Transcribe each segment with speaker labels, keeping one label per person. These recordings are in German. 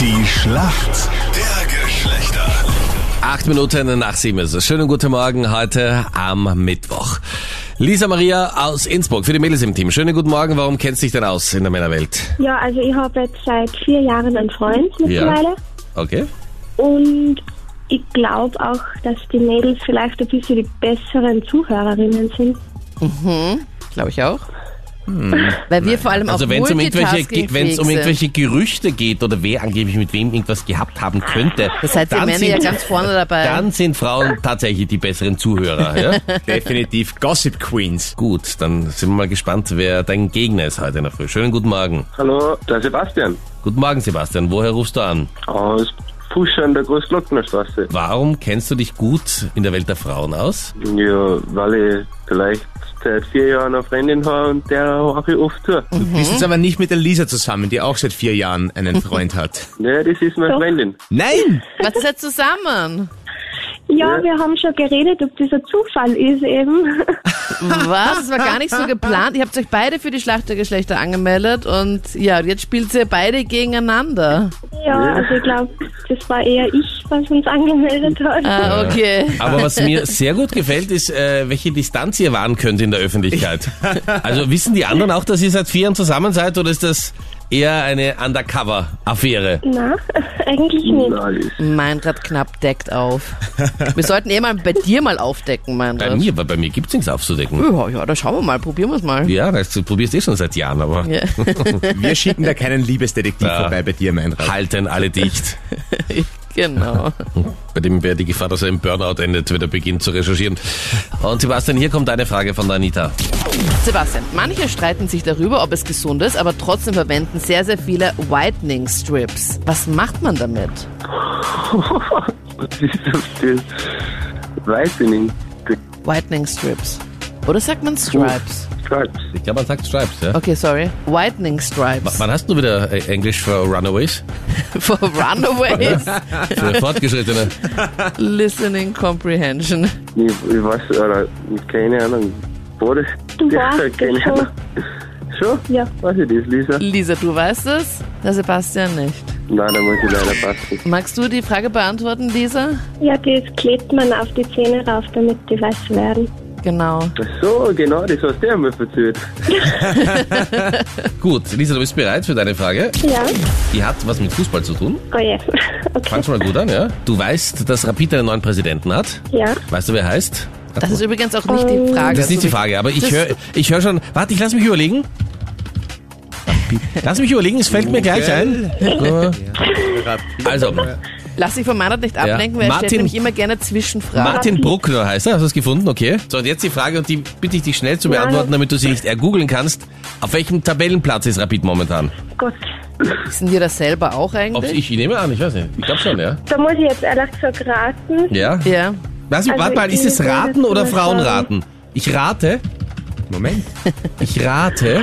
Speaker 1: Die Schlacht der Geschlechter.
Speaker 2: Acht Minuten nach sieben ist es. Schönen guten Morgen heute am Mittwoch. Lisa Maria aus Innsbruck für die Mädels im Team. Schönen guten Morgen. Warum kennst du dich denn aus in der Männerwelt?
Speaker 3: Ja, also ich habe jetzt seit vier Jahren einen Freund
Speaker 2: Ja.
Speaker 3: mittlerweile
Speaker 2: Okay.
Speaker 3: und ich glaube auch, dass die Mädels vielleicht ein bisschen die besseren Zuhörerinnen sind.
Speaker 4: Glaube ich auch. Weil wir vor
Speaker 2: Hm.
Speaker 4: allem
Speaker 2: Also
Speaker 4: auch
Speaker 2: wenn es um irgendwelche,
Speaker 4: multitaskingfähig
Speaker 2: wenn's um
Speaker 4: sind.
Speaker 2: irgendwelche Gerüchte geht oder wer angeblich mit wem irgendwas gehabt haben könnte,
Speaker 4: Da seid ihr
Speaker 2: dann,
Speaker 4: Männer ja
Speaker 2: sind,
Speaker 4: ganz vorne dabei.
Speaker 2: dann sind Frauen tatsächlich die besseren Zuhörer. Ja?
Speaker 5: Definitiv Gossip Queens.
Speaker 2: Gut, dann sind wir mal gespannt, wer dein Gegner ist heute in der Früh. Schönen guten Morgen.
Speaker 6: Hallo, der Sebastian
Speaker 2: Guten Morgen, Sebastian. Woher rufst du an?
Speaker 6: aus Puscher in der Großglocknerstraße.
Speaker 2: Warum kennst du dich gut in der Welt der Frauen aus?
Speaker 6: Ja, weil ich vielleicht seit vier Jahren eine Freundin habe und der habe ich oft zu.
Speaker 3: Mhm.
Speaker 2: Mhm.
Speaker 5: Du bist jetzt aber nicht mit der Lisa zusammen, die auch seit vier Jahren einen Freund hat.
Speaker 6: Ja, das ist meine
Speaker 3: Doch. Mhm.
Speaker 6: Freundin.
Speaker 5: Nein!
Speaker 4: Was ist jetzt zusammen?
Speaker 3: Ja,
Speaker 6: Ja.
Speaker 3: wir haben schon geredet, ob das ein Zufall ist eben.
Speaker 4: Was? Das war gar nicht so geplant. Ihr habt euch beide für die Schlacht der Geschlechter angemeldet und ja, und jetzt spielt ihr beide gegeneinander.
Speaker 3: Ja, also ich glaube, das war eher ich, was uns angemeldet hat.
Speaker 4: Ah, okay.
Speaker 2: Aber was mir sehr gut gefällt, ist, äh, welche Distanz ihr wahren könnt in der Öffentlichkeit. Also wissen die anderen auch, dass ihr seit vier Jahren zusammen seid oder ist das eher eine Undercover-Affäre?
Speaker 3: Na, eigentlich nicht.
Speaker 6: Nein, das-
Speaker 4: Meinrad knapp deckt auf. Wir sollten eh mal bei dir mal aufdecken,
Speaker 2: Bei
Speaker 4: Meinrad.
Speaker 2: mir, weil bei mir gibt's nichts aufzudecken.
Speaker 4: Ja, ja, da schauen wir mal, probieren wir es mal.
Speaker 2: Ja, das du probierst eh schon seit Jahren, aber
Speaker 4: Ja.
Speaker 5: Wir schicken da keinen Liebesdetektiv
Speaker 2: Ja.
Speaker 5: vorbei bei dir, mein Rat.
Speaker 2: halten alle dicht.
Speaker 4: genau.
Speaker 2: Bei dem wäre die Gefahr, dass er im Burnout endet, wenn er beginnt zu recherchieren. Und Sebastian, hier kommt eine Frage von der Anita.
Speaker 4: Sebastian, manche streiten sich darüber, ob es gesund ist, aber trotzdem verwenden sehr, sehr viele Whitening Strips. Was macht man damit?
Speaker 6: das ist das. Weiß ich nicht. Der
Speaker 4: Whitening Strips. Oder sagt man Stripes?
Speaker 6: Stripes.
Speaker 2: Ich glaube, man sagt Stripes, ja?
Speaker 4: Okay, sorry. Whitening
Speaker 2: W-
Speaker 4: Stripes.
Speaker 2: Wann hast du wieder äh, Englisch für Runaways?
Speaker 4: For Runaways.
Speaker 2: Für Fortgeschrittene?
Speaker 4: Listening Comprehension.
Speaker 6: Ich, ich weiß, oder, keine Ahnung. War das?
Speaker 3: Du
Speaker 6: Ja,
Speaker 3: warst
Speaker 6: keine
Speaker 3: das schon.
Speaker 6: Ahnung. Schon?
Speaker 3: Ja.
Speaker 6: Weiß ich das, Lisa?
Speaker 4: Lisa, du weißt es, der Sebastian nicht.
Speaker 6: Nein, da muss ich leider passen.
Speaker 4: Magst du die Frage beantworten, Lisa?
Speaker 3: Ja, das klebt man auf die Zähne rauf, damit die weiß werden.
Speaker 4: Genau.
Speaker 6: Ach so, genau, das hast du ja mal erzählt.
Speaker 2: Gut, Lisa, du bist bereit für deine Frage?
Speaker 3: Ja,
Speaker 2: Die hat was mit Fußball zu tun.
Speaker 3: oh je. Okay,
Speaker 2: Fang's mal gut an, ja? Du weißt, dass Rapid einen neuen Präsidenten hat.
Speaker 3: ja.
Speaker 2: Weißt du, wer er heißt?
Speaker 4: Das ist übrigens auch nicht die Frage.
Speaker 2: Oh.
Speaker 4: Also,
Speaker 2: Das ist nicht die Frage, aber ich
Speaker 4: Das-
Speaker 2: höre ich hör schon. Warte, ich lass mich überlegen. Lass mich überlegen, es fällt mir gleich ein. Also,
Speaker 4: Lass dich von Meinrad nicht ablenken, weil er
Speaker 2: Martin-
Speaker 4: stellt nämlich immer gerne Zwischenfragen.
Speaker 2: Martin Bruckner heißt er, hast du es gefunden? Okay. So, und jetzt die Frage, und die bitte ich dich schnell zu beantworten, damit du sie nicht ergoogeln kannst. Auf welchem Tabellenplatz ist Rapid momentan?
Speaker 3: Gott.
Speaker 4: Wissen wir das selber auch
Speaker 2: Ob
Speaker 4: eigentlich?
Speaker 2: ich, ich nehme an, ich weiß nicht. Ich glaube schon, ja.
Speaker 3: Da muss ich jetzt ehrlich gesagt raten.
Speaker 2: Ja?
Speaker 4: Ja.
Speaker 2: Lass mich,
Speaker 3: Also,
Speaker 2: warte mal, ist es
Speaker 3: ich würde
Speaker 2: Raten oder
Speaker 3: jetzt mal sagen-
Speaker 2: Frauenraten? Ich rate,
Speaker 5: Moment.
Speaker 2: ich rate,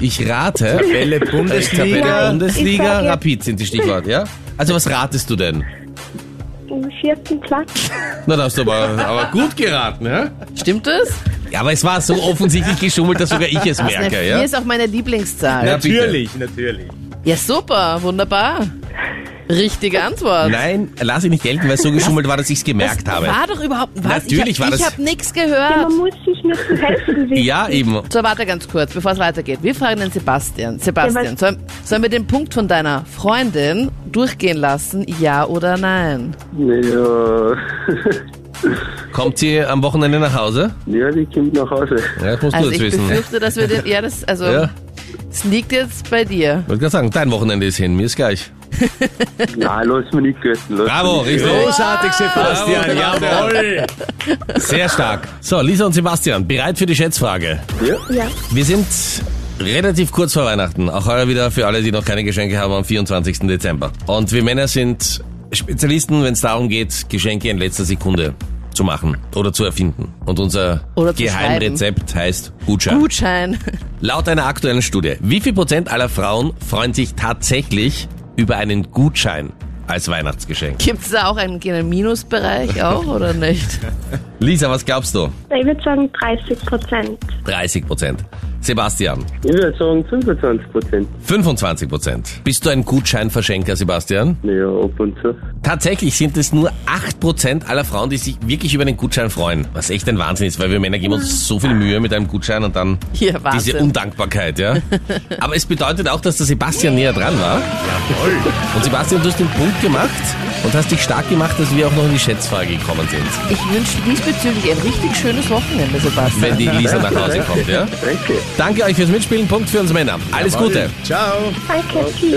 Speaker 2: ich rate.
Speaker 5: Welle
Speaker 2: Bundesliga,
Speaker 5: Bundesliga.
Speaker 3: Nein. ich
Speaker 2: Bundesliga,
Speaker 3: sag jetzt-
Speaker 2: Rapid sind die Stichworte, ja? Also was ratest du denn?
Speaker 3: Im vierten Platz.
Speaker 2: Na, da hast du aber, aber gut geraten, ja?
Speaker 4: Stimmt das?
Speaker 2: Ja, aber es war so offensichtlich geschummelt, dass sogar ich es merke,
Speaker 4: Hier
Speaker 2: ja?
Speaker 4: ist auch meine Lieblingszahl.
Speaker 2: Ja, bitte.
Speaker 5: Natürlich, natürlich.
Speaker 4: Ja, super, wunderbar. Richtige Antwort.
Speaker 2: Nein, lass ich nicht gelten, weil es so geschummelt war, dass ich es gemerkt habe.
Speaker 4: War doch überhaupt was?
Speaker 2: Natürlich
Speaker 4: ich
Speaker 2: war
Speaker 4: hab,
Speaker 2: das-
Speaker 4: Ich habe nichts
Speaker 3: Ja,
Speaker 4: gehört.
Speaker 3: man muss sich nur zu helfen wissen.
Speaker 2: Ja, eben.
Speaker 4: So, warte ganz kurz, bevor es weitergeht. Wir fragen den Sebastian.
Speaker 3: Ja,
Speaker 4: Sebastian,
Speaker 3: was-
Speaker 4: sollen, sollen wir den Punkt von deiner Freundin durchgehen lassen? Ja oder nein?
Speaker 6: Ja,
Speaker 2: Kommt sie am Wochenende nach Hause?
Speaker 6: ja, die kommt nach Hause.
Speaker 2: Ja, das musst
Speaker 4: also
Speaker 2: du
Speaker 4: ich
Speaker 2: jetzt wissen. Ich
Speaker 4: befürchte, dass wir den. Ja, das also
Speaker 2: Ja.
Speaker 4: es liegt jetzt bei dir.
Speaker 2: wollte gerade sagen, dein Wochenende ist hin, mir ist gleich.
Speaker 6: Nein, lass mich nicht gelten. lass
Speaker 2: Bravo,
Speaker 6: mich nicht
Speaker 2: richtig.
Speaker 5: Großartig, Sebastian.
Speaker 2: Bravo.
Speaker 5: Jawohl.
Speaker 2: Sehr stark. So, Lisa und Sebastian, bereit für die Schätzfrage?
Speaker 6: Ja.
Speaker 3: Ja.
Speaker 2: Wir sind relativ kurz vor Weihnachten. Auch heuer wieder für alle, die noch keine Geschenke haben, am 24. Dezember. Und wir Männer sind Spezialisten, wenn es darum geht, Geschenke in letzter Sekunde zu machen oder zu erfinden. Und unser
Speaker 4: Oder zu
Speaker 2: Geheimrezept heißt Gutschein.
Speaker 4: Gutschein.
Speaker 2: Laut einer aktuellen Studie, wie viel Prozent aller Frauen freuen sich tatsächlich über einen Gutschein? als Weihnachtsgeschenk.
Speaker 4: Gibt es da auch einen, einen Minusbereich auch oder nicht?
Speaker 2: Lisa, was glaubst du?
Speaker 3: Ich würde sagen 30 Prozent.
Speaker 2: 30 Prozent. Sebastian,
Speaker 6: Ich würde sagen 25 Prozent.
Speaker 2: 25 Prozent. Bist du ein Gutscheinverschenker, Sebastian?
Speaker 6: Ja, ab und zu.
Speaker 2: Tatsächlich sind es nur 8% aller Frauen, die sich wirklich über den Gutschein freuen. Was echt ein Wahnsinn ist, weil wir Männer geben uns so viel Mühe mit einem Gutschein und dann
Speaker 4: Hier, Wahnsinn.
Speaker 2: diese Undankbarkeit, ja. Aber es bedeutet auch, dass der Sebastian näher dran war. Jawohl. Und Sebastian, du hast den Punkt gemacht und hast dich stark gemacht, dass wir auch noch in die Schätzfrage gekommen sind.
Speaker 4: Ich wünsche diesbezüglich ein richtig schönes Wochenende,
Speaker 2: Wenn
Speaker 4: Sebastian.
Speaker 2: die Lisa nach Hause kommt, ja.
Speaker 6: Danke.
Speaker 2: Danke euch fürs Mitspielen. Punkt für uns Männer. Alles Gute.
Speaker 5: Ciao.
Speaker 3: Danke, tschüss.